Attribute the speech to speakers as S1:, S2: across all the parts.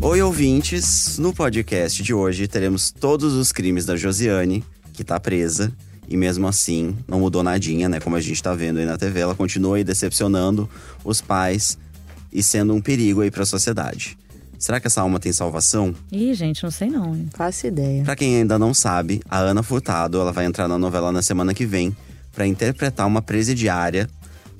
S1: Oi, ouvintes! No podcast de hoje teremos todos os crimes da Josiane, que tá presa. E mesmo assim, não mudou nadinha, né? Como a gente tá vendo aí na TV, ela continua aí decepcionando os pais e sendo um perigo aí pra sociedade. Será que essa alma tem salvação?
S2: Ih, gente, não sei não. hein?
S3: Faço ideia.
S1: Pra quem ainda não sabe, a Ana Furtado ela vai entrar na novela na semana que vem pra interpretar uma presidiária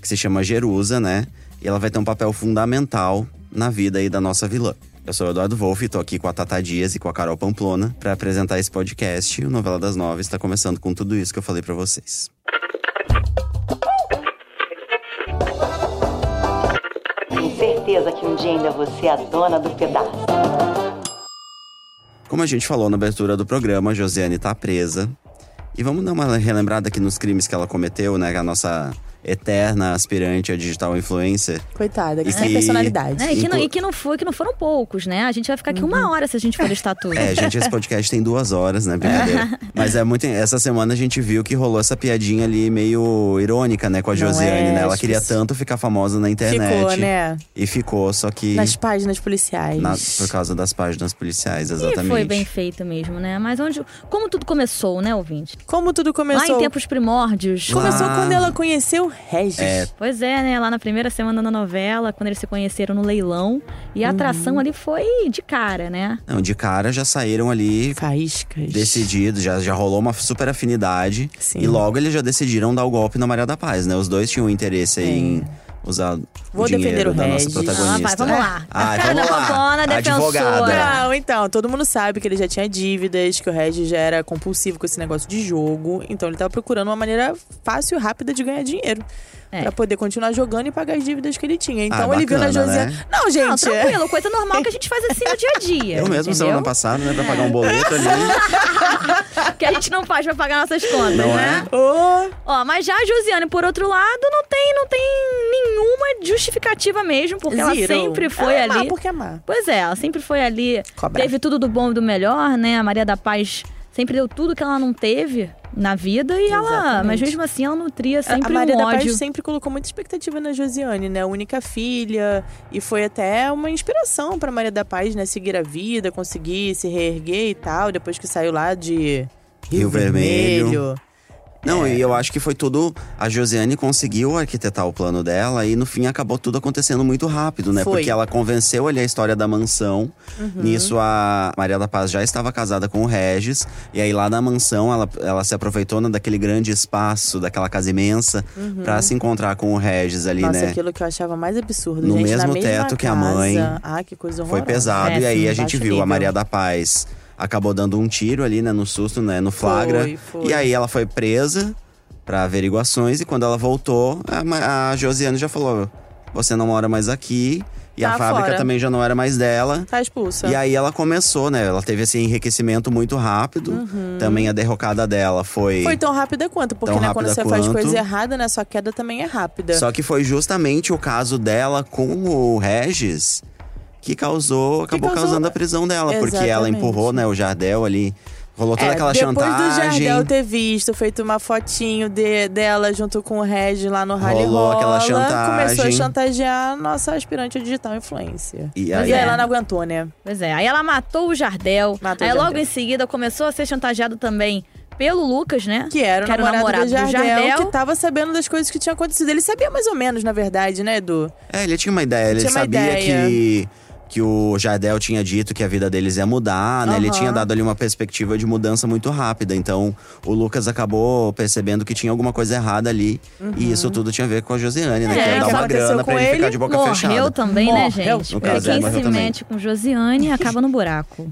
S1: que se chama Jerusa, né? E ela vai ter um papel fundamental na vida aí da nossa vilã. Eu sou o Eduardo Wolff, tô aqui com a Tata Dias e com a Carol Pamplona pra apresentar esse podcast. E O Novela das Nove está começando com tudo isso que eu falei pra vocês.
S4: Tenho certeza que um dia ainda você é a dona do pedaço.
S1: Como a gente falou na abertura do programa, a Josiane tá presa. E vamos dar uma relembrada aqui nos crimes que ela cometeu, né? A nossa eterna aspirante a digital influencer.
S3: Coitada, que
S1: E
S3: sem
S1: que-
S3: personalidade.
S2: É, e, que não,
S1: Inclu-
S2: e que não foi, que não foram poucos, né? A gente vai ficar aqui uma hora se a gente for listar tudo.
S1: Uhum. É, gente, esse podcast tem duas horas, né? Brincadeira. Mas é muito. Essa semana a gente viu que rolou essa piadinha ali meio irônica, né, com a
S3: Não
S1: Josiane,
S3: é,
S1: né? Ela
S3: acho
S1: queria
S3: que-
S1: tanto ficar famosa na internet.
S3: Ficou, né?
S1: E ficou, só que.
S3: Nas páginas policiais.
S1: na- por causa das páginas policiais, exatamente.
S2: E foi bem feito mesmo, né? Mas onde. Como tudo começou, né, ouvinte?
S3: Como tudo começou?
S2: Lá em tempos primórdios.
S1: Lá-
S3: Começou
S1: Ah.
S3: quando ela conheceu o Regis.
S1: É.
S2: Pois é, né? Lá na primeira semana da novela, quando eles se conheceram no leilão. E a
S1: Uhum.
S2: atração ali foi de cara, né?
S1: Não, de cara já saíram ali
S3: Faíscas.
S1: decididos, já, já rolou uma super afinidade.
S3: Sim.
S1: E logo eles já decidiram dar o golpe na Maria da Paz, né? Os dois tinham interesse aí em usar
S3: Vou
S1: o dinheiro
S3: defender o
S1: da nossa
S3: Regis.
S1: protagonista.
S2: Ah, vai, vamos lá.
S1: Ai,
S2: A cara
S1: vamos
S2: da
S1: lá.
S2: Pamplona, defensora.
S1: Advogada.
S3: Não, então, todo mundo sabe que ele já tinha dívidas, que o Regis já era compulsivo com esse negócio de jogo. Então ele tava procurando uma maneira fácil e rápida de ganhar dinheiro.
S2: É.
S3: Pra poder continuar jogando e pagar as dívidas que ele tinha. Então
S1: Ah,
S3: ele viu na
S1: bacana,
S3: Josiane.
S1: né?
S3: Não, gente.
S2: Não,
S3: é-
S2: tranquilo, coisa normal que a gente faz assim no dia a dia.
S1: Eu mesmo,
S2: entendeu?
S1: semana passada, né? Pra pagar
S3: É.
S1: um boleto ali.
S2: Que a gente não faz pra pagar nossas contas,
S1: Não
S2: né?
S1: é?
S3: Ô,
S2: Ó, mas já a Josiane, por outro lado, não tem, não tem nenhuma justificativa mesmo, porque ela
S3: Zero.
S2: sempre foi
S3: Ela é má
S2: ali.
S3: porque é má.
S2: Pois é, ela sempre foi ali.
S3: Cobra.
S2: Teve tudo do bom e do melhor, né? A Maria da Paz sempre deu tudo que ela não teve na vida e ela.
S3: Exatamente.
S2: Mas mesmo assim ela nutria sempre
S3: a Maria
S2: um
S3: da
S2: ódio.
S3: Paz sempre colocou muita expectativa na Josiane, né? Única filha. E foi até uma inspiração pra Maria da Paz, né? Seguir a vida, conseguir se reerguer e tal, depois que saiu lá de
S1: Rio Vermelho. Não, e eu acho que foi tudo. A Josiane conseguiu arquitetar o plano dela e no fim acabou tudo acontecendo muito rápido, né?
S3: Foi. Uhum.
S1: Porque ela convenceu ali a história da mansão. Nisso, a Maria da Paz já estava casada com o Regis. E aí, lá na mansão, ela, ela se aproveitou né, daquele grande espaço, daquela casa imensa, pra se encontrar com o Regis ali,
S3: Uhum. Nossa,
S1: né?
S3: aquilo que eu achava mais absurdo,
S1: No
S3: gente. na
S1: mesmo
S3: mesma
S1: teto que a mãe.
S3: casa. Ah, que coisa
S1: É, Foi um
S3: horrorosa.
S1: pesado. e aí
S2: Péssimo,
S1: a gente
S3: É, baixo
S1: viu a
S3: nível.
S1: Maria da Paz acabou dando um tiro ali, né, no susto, né, no flagra.
S3: Foi, foi.
S1: E aí ela foi presa pra averiguações e quando ela voltou, a, Ma- a Josiane já falou: "Você não mora mais aqui" e a
S3: Tá
S1: fábrica
S3: fora.
S1: também já não era mais dela.
S3: Tá expulsa.
S1: E aí ela começou, né? Ela teve esse enriquecimento muito rápido. Também a derrocada dela foi
S3: Uhum. Foi tão rápida quanto, porque
S1: Tão
S3: né, quando
S1: rápida
S3: você faz
S1: quanto.
S3: coisa errada, né, sua queda também é rápida.
S1: Só que foi justamente o caso dela com o Regis que causou, acabou
S3: causou-
S1: causando a prisão dela, porque ela
S3: Exatamente.
S1: empurrou, né, o Jardel ali, rolou toda
S3: É,
S1: aquela
S3: depois do
S1: chantagem.
S3: Jardel ter visto, feito uma fotinho de- dela junto com o Regis lá no Rally
S1: Rolou
S3: Rola,
S1: aquela chantagem.
S3: Começou a chantagear a nossa aspirante digital influencer.
S1: E
S3: Mas
S1: aí- é.
S3: aí ela não aguentou, né?
S2: Pois é, aí ela matou o Jardel.
S3: Matou o
S2: aí
S3: Jardel.
S2: logo em seguida começou a ser chantageada também pelo Lucas, né?
S3: Que era o namorado, do, Jardel,
S2: Jardel.
S3: que tava sabendo das coisas que tinham acontecido. Ele sabia mais ou menos, na verdade, né, Edu?
S1: É, ele tinha uma ideia, ele
S3: Tinha uma
S1: sabia
S3: ideia.
S1: que que o Jardel tinha dito que a vida deles ia mudar, né? Ele
S3: Aham.
S1: tinha dado ali uma perspectiva de mudança muito rápida. Então, o Lucas acabou percebendo que tinha alguma coisa errada ali. E isso tudo tinha a ver com a Josiane, né?
S2: É,
S1: que ia dar
S2: que
S1: uma
S3: aconteceu
S1: grana
S3: com
S1: pra ele ficar
S3: ele,
S1: de boca
S2: Morreu
S1: fechada.
S2: também, né,
S3: Morreu.
S2: gente?
S1: No
S2: Porque
S1: caso, é,
S2: quem
S1: morreu
S2: se
S1: também.
S2: mete com Josiane acaba no buraco.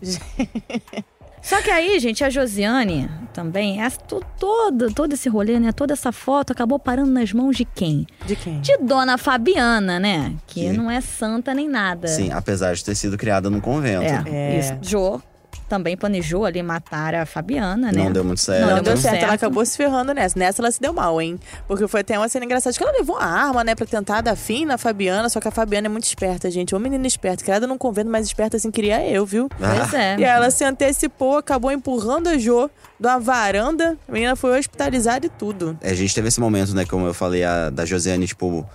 S2: Só que aí, gente, a Josiane também, essa, to- todo, todo esse rolê, né? Toda essa foto acabou parando nas mãos de quem?
S3: De quem?
S2: De Dona Fabiana, né? Que,
S1: Que-
S2: não é santa nem nada.
S1: Sim, apesar de ter sido criada num convento.
S2: É,
S3: É.
S2: isso. Jo também planejou ali matar a Fabiana, né?
S1: Não deu muito certo.
S2: Não,
S3: Não,
S2: deu
S3: deu
S2: muito
S3: certo. Ela
S2: certo.
S3: acabou se ferrando nessa. Nessa ela se deu mal, hein? Porque foi até uma cena engraçada que ela levou a arma, né, pra tentar dar fim na Fabiana. Só que a Fabiana é muito esperta, gente. Ô, menina esperta. Criada num convento, mas esperta assim queria eu, viu?
S2: Pois é.
S3: E aí ela se antecipou, acabou empurrando a Jo de uma varanda. A menina foi hospitalizada e tudo.
S1: A gente teve esse momento, né, como eu falei, a- da Josiane, tipo,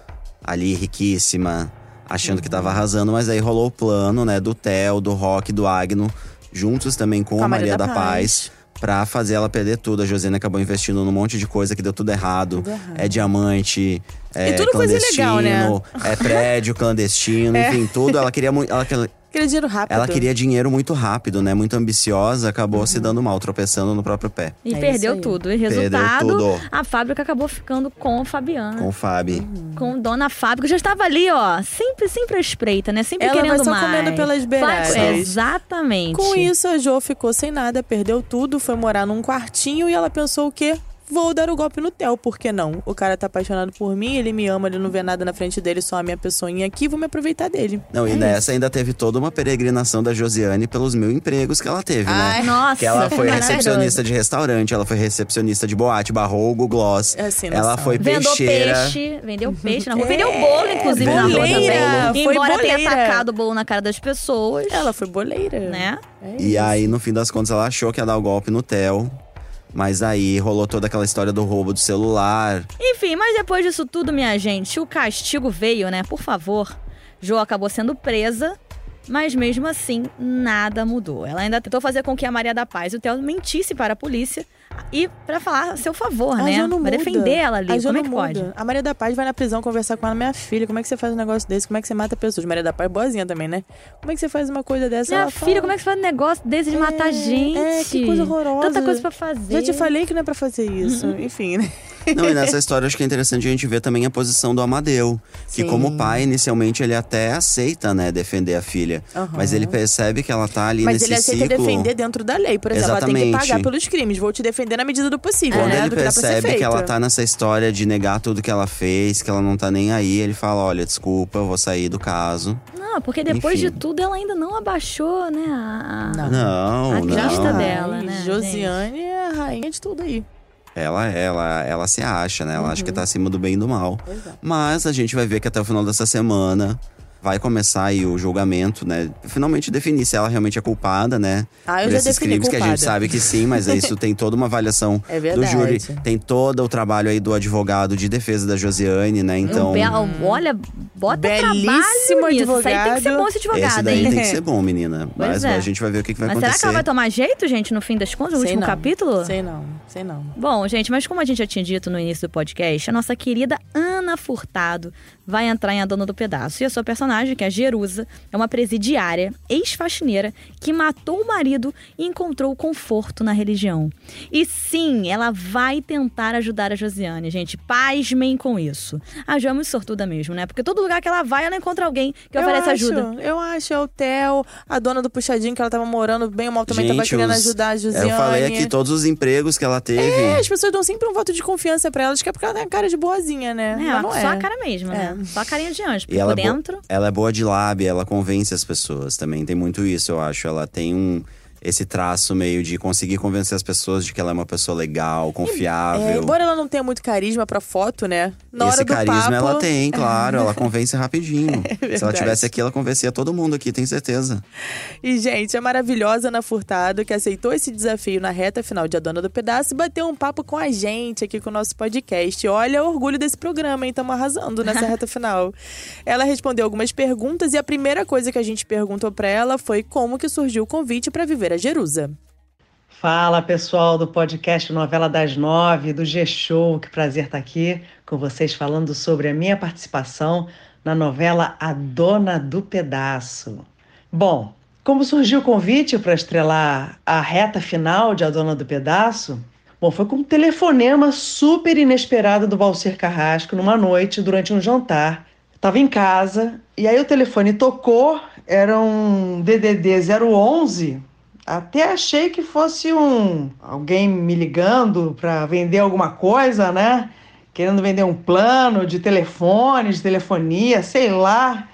S1: ali riquíssima, achando que tava arrasando, mas aí rolou o plano, né, do Theo, do Rock, do Agno, juntos também com, a Maria, da, Paz. Pra fazer ela perder tudo. A Josiane acabou investindo num monte de coisa que deu tudo errado.
S3: Tudo errado.
S1: É diamante, é
S3: tudo coisa
S1: clandestino,
S3: ilegal, né?
S1: é prédio clandestino, enfim, tudo. Ela queria muito. Ela, quer-
S3: Aquele dinheiro rápido.
S1: ela queria dinheiro muito rápido, né? Muito ambiciosa, acabou se dando mal, tropeçando no próprio pé.
S2: E
S3: É isso
S2: perdeu
S3: aí.
S2: tudo. E
S1: Perdeu
S2: resultado,
S1: tudo.
S2: a fábrica acabou ficando com o Fabiano.
S1: Com o Fábio.
S2: com dona fábrica, já estava ali, ó, sempre, sempre à espreita, né? Sempre
S3: Ela
S2: querendo
S3: vai só
S2: mais.
S3: comendo pelas beiradas.
S2: Vai- É, Exatamente.
S3: Com isso, a Jo ficou sem nada, perdeu tudo, foi morar num quartinho e ela pensou o quê? Vou dar o golpe no Theo, por que não? O cara tá apaixonado por mim, ele me ama, ele não vê nada na frente dele, só a minha pessoinha aqui, vou me aproveitar dele.
S1: Não, e nessa ainda teve toda uma peregrinação da Josiane pelos mil empregos que ela teve, né?
S2: Ai, nossa,
S1: Que ela
S3: é
S1: foi
S2: maravilhoso.
S1: recepcionista de restaurante, ela foi recepcionista de boate, barrou o Google Gloss.
S3: É assim, noção.
S1: ela foi
S2: Vendeu
S1: peixeira.
S2: peixe, vendeu peixe na rua.
S3: É,
S2: vendeu bolo, inclusive, na rua
S3: boleira,
S2: também.
S3: foi
S2: Embora tenha
S3: boleira.
S2: tacado o bolo na cara das pessoas.
S3: Ela foi boleira.
S2: né?
S3: É
S1: E
S3: isso.
S1: aí, no fim das contas, ela achou que ia dar o golpe no Theo. Mas aí rolou toda aquela história do roubo do celular.
S2: Enfim, mas depois disso tudo, minha gente, o castigo veio, né? Por favor. Jo acabou sendo presa, mas mesmo assim, nada mudou. Ela ainda tentou fazer com que a Maria da Paz e o Theo mentisse para a polícia e para falar a seu favor,
S3: A
S2: né?
S3: Jo não
S2: Pra
S3: muda.
S2: defender ela ali.
S3: A Jo
S2: Como é
S3: não
S2: que
S3: muda.
S2: pode?
S3: A Maria da Paz vai na prisão conversar com ela, minha filha, como é que você faz um negócio desse? Como é que você mata pessoas? Maria da Paz boazinha também, né? Como é que você faz uma coisa dessa?
S2: Minha
S3: Ela
S2: filha,
S3: fala,
S2: como é que você faz um negócio desse de matar
S3: É,
S2: gente?
S3: é, que coisa horrorosa.
S2: Tanta coisa pra fazer. Uhum.
S3: Já te falei que não é pra fazer isso. Enfim, né?
S1: Não, e nessa história acho que é interessante a gente ver também a posição do Amadeu. Que
S3: Sim.
S1: como pai, inicialmente, ele até aceita, né, defender a filha.
S3: Aham.
S1: Mas ele percebe que ela tá ali
S3: Mas
S1: nesse
S3: ele aceita
S1: ciclo.
S3: defender dentro da lei. Por exemplo, ela tem que
S1: Exatamente.
S3: pagar pelos crimes. Vou te defender na medida do possível,
S1: Quando
S3: né?
S1: ele
S3: do que dá pra ser
S1: percebe que
S3: feito.
S1: ela tá nessa história de negar tudo que ela fez, que ela não tá nem aí, ele fala: olha, desculpa, eu vou sair do caso.
S2: Não, porque depois
S1: Enfim.
S2: de tudo ela ainda não abaixou, né? a- a-
S3: Não.
S1: Não,
S2: A crista
S1: não.
S2: dela, né,
S3: Josiane é a rainha de tudo aí.
S1: Ela, ela, ela se acha, né? Ela acha
S3: Uhum.
S1: que tá acima do bem e do mal.
S3: Pois é.
S1: Mas a gente vai ver que até o final dessa semana vai começar aí o julgamento, né? Finalmente definir se ela realmente é culpada, né?
S3: Ah, eu
S1: por
S3: já
S1: esses
S3: defini
S1: crimes que a gente
S3: culpada.
S1: sabe que sim, mas isso tem toda uma avaliação
S3: É
S1: do
S3: verdade.
S1: júri, tem todo o trabalho aí do advogado de defesa da Josiane, né? Então,
S2: Um belo- olha, bota
S3: Belíssimo
S2: trabalho nisso. Isso aí tem que ser
S3: advogado.
S2: bom esse advogado,
S1: esse daí
S2: hein?
S1: tem que ser bom, menina.
S2: Pois
S1: Mas
S2: é.
S1: a gente vai ver o que, que vai
S2: Mas será
S1: acontecer.
S2: que ela vai tomar jeito, gente, no fim das contas, no
S3: Sei
S2: último
S3: não.
S2: capítulo?
S3: Sei não, sei não.
S2: Bom, gente, mas como a gente já tinha dito no início do podcast, a nossa querida Ana Furtado vai entrar em A Dona do Pedaço. E a sua personagem, que é a Jerusa, é uma presidiária, ex-faxineira, que matou o marido e encontrou conforto na religião. E sim, ela vai tentar ajudar a Josiane, gente. Pasmem com isso. A Jo é muito sortuda mesmo, né? Porque todo lugar que ela vai, ela encontra alguém que oferece
S3: acho,
S2: ajuda.
S3: Eu acho, é o Theo, a dona do puxadinho que ela tava morando bem ou mal
S2: então
S3: também tava
S1: Gente,
S3: querendo
S1: os- é,
S3: ajudar a Josiane.
S1: Eu falei aqui todos os empregos que ela teve.
S3: É, as pessoas dão sempre um voto de confiança pra elas, que é porque ela tem a cara de boazinha, né?
S2: É,
S3: Mas não é.
S2: só a cara mesmo, né? Só a carinha de anjo.
S1: E ela
S2: por
S1: é bo-
S2: dentro.
S1: Ela é boa de lábia, ela convence as pessoas também. Tem muito isso, eu acho. Ela tem um esse traço meio de conseguir convencer as pessoas de que ela é uma pessoa legal,
S3: É,
S1: confiável.
S3: embora ela não tenha muito carisma pra foto, né? Na hora
S1: Ah, Esse
S3: do
S1: carisma
S3: papo,
S1: ela tem, claro. Ela convence rapidinho.
S2: É
S1: Se ela
S3: verdade.
S1: tivesse aqui, ela convencia todo mundo aqui, tenho certeza.
S3: E, gente, a maravilhosa Ana Furtado, que aceitou esse desafio na reta final de A Dona do Pedaço, bateu um papo com a gente aqui com o nosso podcast. Olha, orgulho desse programa, hein? Estamos arrasando nessa reta final. Ela respondeu algumas perguntas e a primeira coisa que a gente perguntou pra ela foi como que surgiu o convite pra viver a Jerusa.
S5: Fala pessoal do podcast Novela das Nove, do G-Show, que prazer estar aqui com vocês falando sobre a minha participação na novela A Dona do Pedaço. Bom, como surgiu o convite para estrelar a reta final de A Dona do Pedaço? Bom, foi com um telefonema super inesperado do Valcir Carrasco numa noite, durante um jantar. Estava em casa e aí o telefone tocou, era um DDD 011 até achei que fosse um alguém me ligando para vender alguma coisa, né? Querendo vender um plano de telefone, de telefonia, sei lá.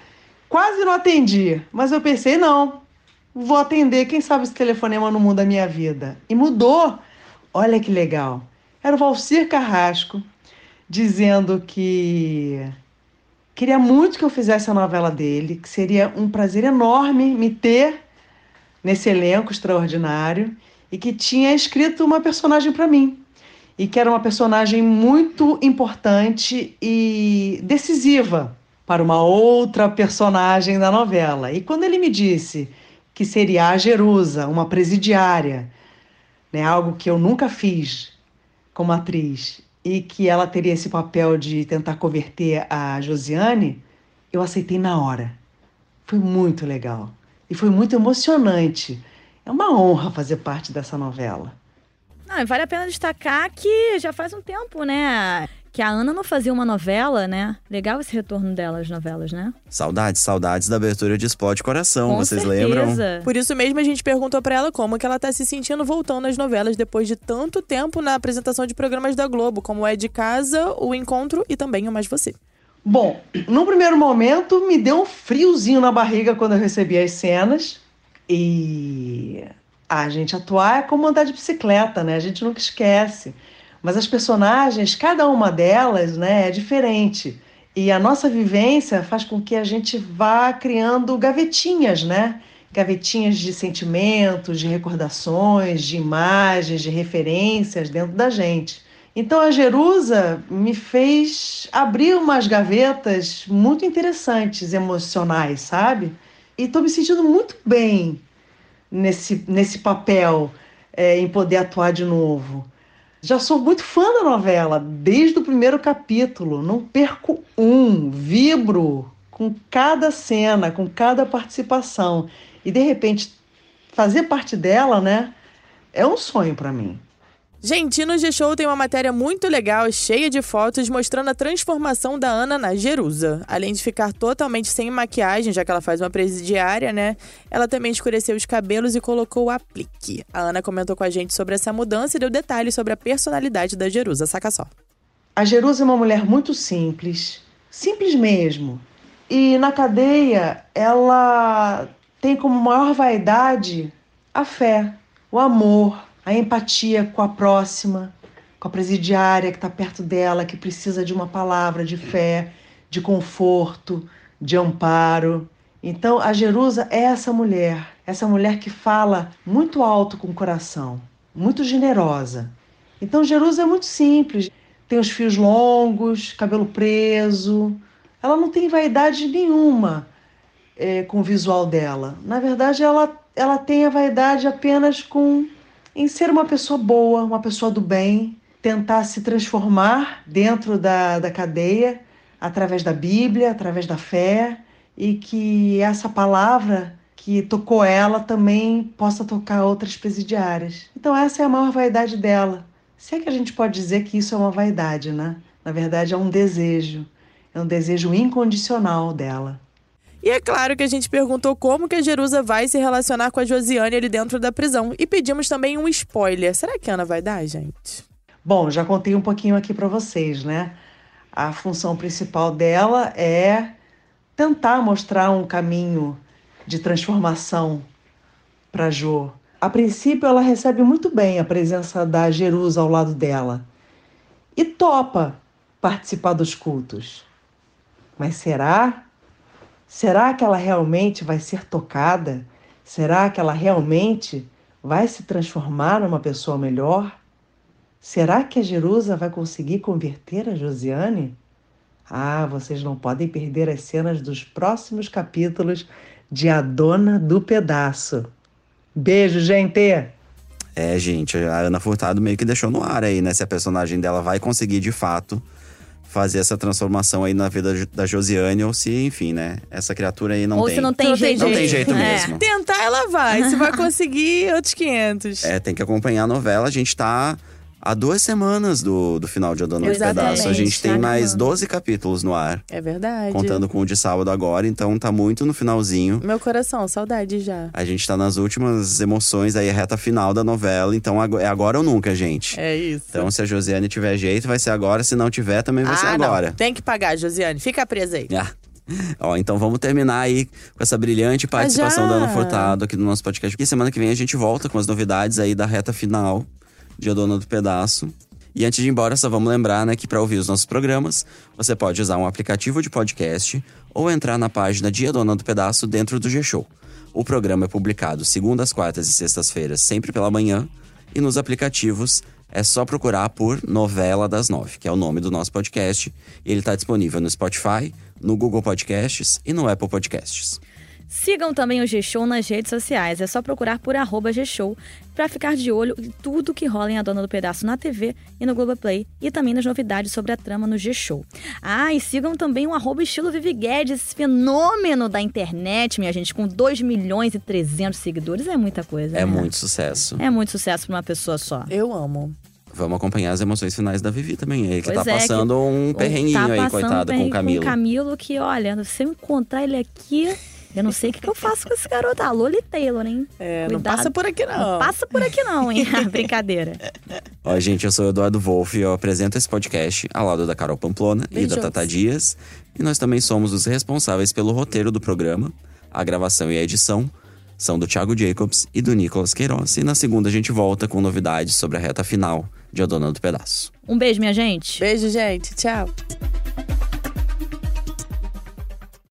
S5: Quase não atendi, mas eu pensei, não, vou atender, quem sabe esse telefonema não muda a minha vida. E mudou. Olha que legal. Era o Valcir Carrasco dizendo que queria muito que eu fizesse a novela dele, que seria um prazer enorme me ter nesse elenco extraordinário e que tinha escrito uma personagem para mim e que era uma personagem muito importante e decisiva para uma outra personagem da novela. E quando ele me disse que seria a Jerusa, uma presidiária, né, algo que eu nunca fiz como atriz, e que ela teria esse papel de tentar converter a Josiane, eu aceitei na hora. Foi muito legal e foi muito emocionante. É uma honra fazer parte dessa novela.
S2: Não, e vale a pena destacar que já faz um tempo, né? Que a Ana não fazia uma novela, né? Legal esse retorno dela às novelas, né?
S1: Saudades, saudades da abertura de Explode Coração,
S2: Com
S1: vocês
S2: certeza.
S1: lembram?
S3: Por isso mesmo a gente perguntou pra ela como que ela tá se sentindo voltando às novelas depois de tanto tempo na apresentação de programas da Globo, como É de Casa, O Encontro e também o Mais Você.
S5: Bom, num primeiro momento me deu um friozinho na barriga quando eu recebi as cenas. E a gente atuar é como andar de bicicleta, né? A gente nunca esquece. Mas as personagens, cada uma delas, né, é diferente. E a nossa vivência faz com que a gente vá criando gavetinhas, né? Gavetinhas de sentimentos, de recordações, de imagens, de referências dentro da gente. Então a Jerusa me fez abrir umas gavetas muito interessantes, emocionais, sabe? E estou me sentindo muito bem nesse, nesse papel, é, em poder atuar de novo. Já sou muito fã da novela, desde o primeiro capítulo, não perco um, vibro com cada cena, com cada participação. E de repente, fazer parte dela, né? É um sonho para mim.
S3: Gente, no G-Show tem uma matéria muito legal, cheia de fotos, mostrando a transformação da Ana na Jerusa. Além de ficar totalmente sem maquiagem, já que ela faz uma presidiária, né? Ela também escureceu os cabelos e colocou o aplique. A Ana comentou com a gente sobre essa mudança e deu detalhes sobre a personalidade da Jerusa. Saca só.
S5: A Jerusa é uma mulher muito simples, simples mesmo. E na cadeia ela tem como maior vaidade a fé, o amor, a empatia com a próxima, com a presidiária que está perto dela, que precisa de uma palavra de fé, de conforto, de amparo. Então a Jerusa é essa mulher, essa mulher que fala muito alto com o coração, muito generosa. Então Jerusa é muito simples tem os fios longos, cabelo preso. Ela não tem vaidade nenhuma eh, com o visual dela. Na verdade, ela, ela tem a vaidade apenas com em ser uma pessoa boa, uma pessoa do bem, tentar se transformar dentro da, da cadeia através da Bíblia, através da fé, e que essa palavra que tocou ela também possa tocar outras presidiárias. Então, essa é a maior vaidade dela. Se é que a gente pode dizer que isso é uma vaidade, né? Na verdade, é um desejo. É um desejo incondicional dela.
S3: E é claro que a gente perguntou como que a Jerusa vai se relacionar com a Josiane ali dentro da prisão. E pedimos também um spoiler. Será que a Ana vai dar, gente?
S5: Bom, já contei um pouquinho aqui para vocês, né? A função principal dela é tentar mostrar um caminho de transformação para Jo. A princípio, ela recebe muito bem a presença da Jerusa ao lado dela e topa participar dos cultos. Mas será? Será que ela realmente vai ser tocada? Será que ela realmente vai se transformar numa pessoa melhor? Será que a Jerusa vai conseguir converter a Josiane? Ah, vocês não podem perder as cenas dos próximos capítulos de A Dona do Pedaço. Beijo, gente!
S1: É, gente, a Ana Furtado meio que deixou no ar aí, né? Se a personagem dela vai conseguir, de fato, fazer essa transformação aí na vida de- da Josiane, ou se, enfim, né? Essa criatura aí não
S2: Ou
S1: tem.
S2: se não tem
S3: Não tem
S2: jeito.
S1: Não tem jeito
S2: É.
S1: mesmo.
S3: Tentar ela vai. Se vai conseguir, outros 500.
S1: É, tem que acompanhar a novela. A gente tá há duas semanas do, do final de A Dona do
S2: Exatamente,
S1: Pedaço. A gente tem
S2: tá
S1: mais
S2: acabando.
S1: 12 capítulos no ar,
S3: É verdade.
S1: contando com o de sábado agora, então tá muito no finalzinho.
S3: Meu coração, saudade já.
S1: A gente tá nas últimas emoções aí, a reta final da novela, então ago- é agora ou nunca, gente.
S3: É isso.
S1: Então, se a Josiane tiver jeito, vai ser agora. Se não tiver, também vai ser
S3: ah,
S1: agora.
S3: não. Tem que pagar, Josiane. Fica presa aí.
S1: Ah. Ó, então vamos terminar aí com essa brilhante participação
S3: já?
S1: da Ana Furtado aqui no nosso podcast. E semana que vem a gente volta com as novidades aí da reta final de A Dona do Pedaço. E antes de ir embora, só vamos lembrar, né, que para ouvir os nossos programas, você pode usar um aplicativo de podcast ou entrar na página de A Dona do Pedaço dentro do G-Show. O programa é publicado segundas, quartas e sextas-feiras, sempre pela manhã, e nos aplicativos é só procurar por Novela das Nove, que é o nome do nosso podcast. E ele está disponível no Spotify, no Google Podcasts e no Apple Podcasts.
S2: Sigam também o G-Show nas redes sociais. É só procurar por arroba G-Show pra ficar de olho em tudo que rola em A Dona do Pedaço na TV e no Globoplay e também nas novidades sobre a trama no G-Show. Ah, e sigam também o arroba estilo Vivi Guedes, esse fenômeno da internet, minha gente, com 2 milhões e 300 seguidores. É muita coisa,
S1: É
S2: né?
S1: muito sucesso.
S2: É muito sucesso pra uma pessoa só.
S3: Eu amo.
S1: Vamos acompanhar as emoções finais da Vivi também. Ele que
S2: Pois
S1: tá
S2: é, que-
S1: passando um perrenguinho
S2: tá
S1: aí,
S2: passando
S1: coitado,
S2: perrengue
S1: com o Camilo.
S2: Com o Camilo, que olha, se eu encontrar ele aqui, eu não sei o que, que eu faço com esse garoto. A Loli Taylor, hein?
S3: É, não
S2: Cuidado.
S3: passa por aqui, não.
S2: Não passa por aqui não, hein? Brincadeira.
S1: Ó, gente, eu sou o Eduardo Wolff e eu apresento esse podcast ao lado da Carol Pamplona e
S3: Beijos.
S1: da Tata Dias. E nós também somos os responsáveis pelo roteiro do programa. A gravação e a edição são do Thiago Jacobs e do Nicolas Queiroz. E na segunda a gente volta com novidades sobre a reta final de A Dona do Pedaço.
S2: Um beijo, minha gente.
S3: Beijo, gente. Tchau.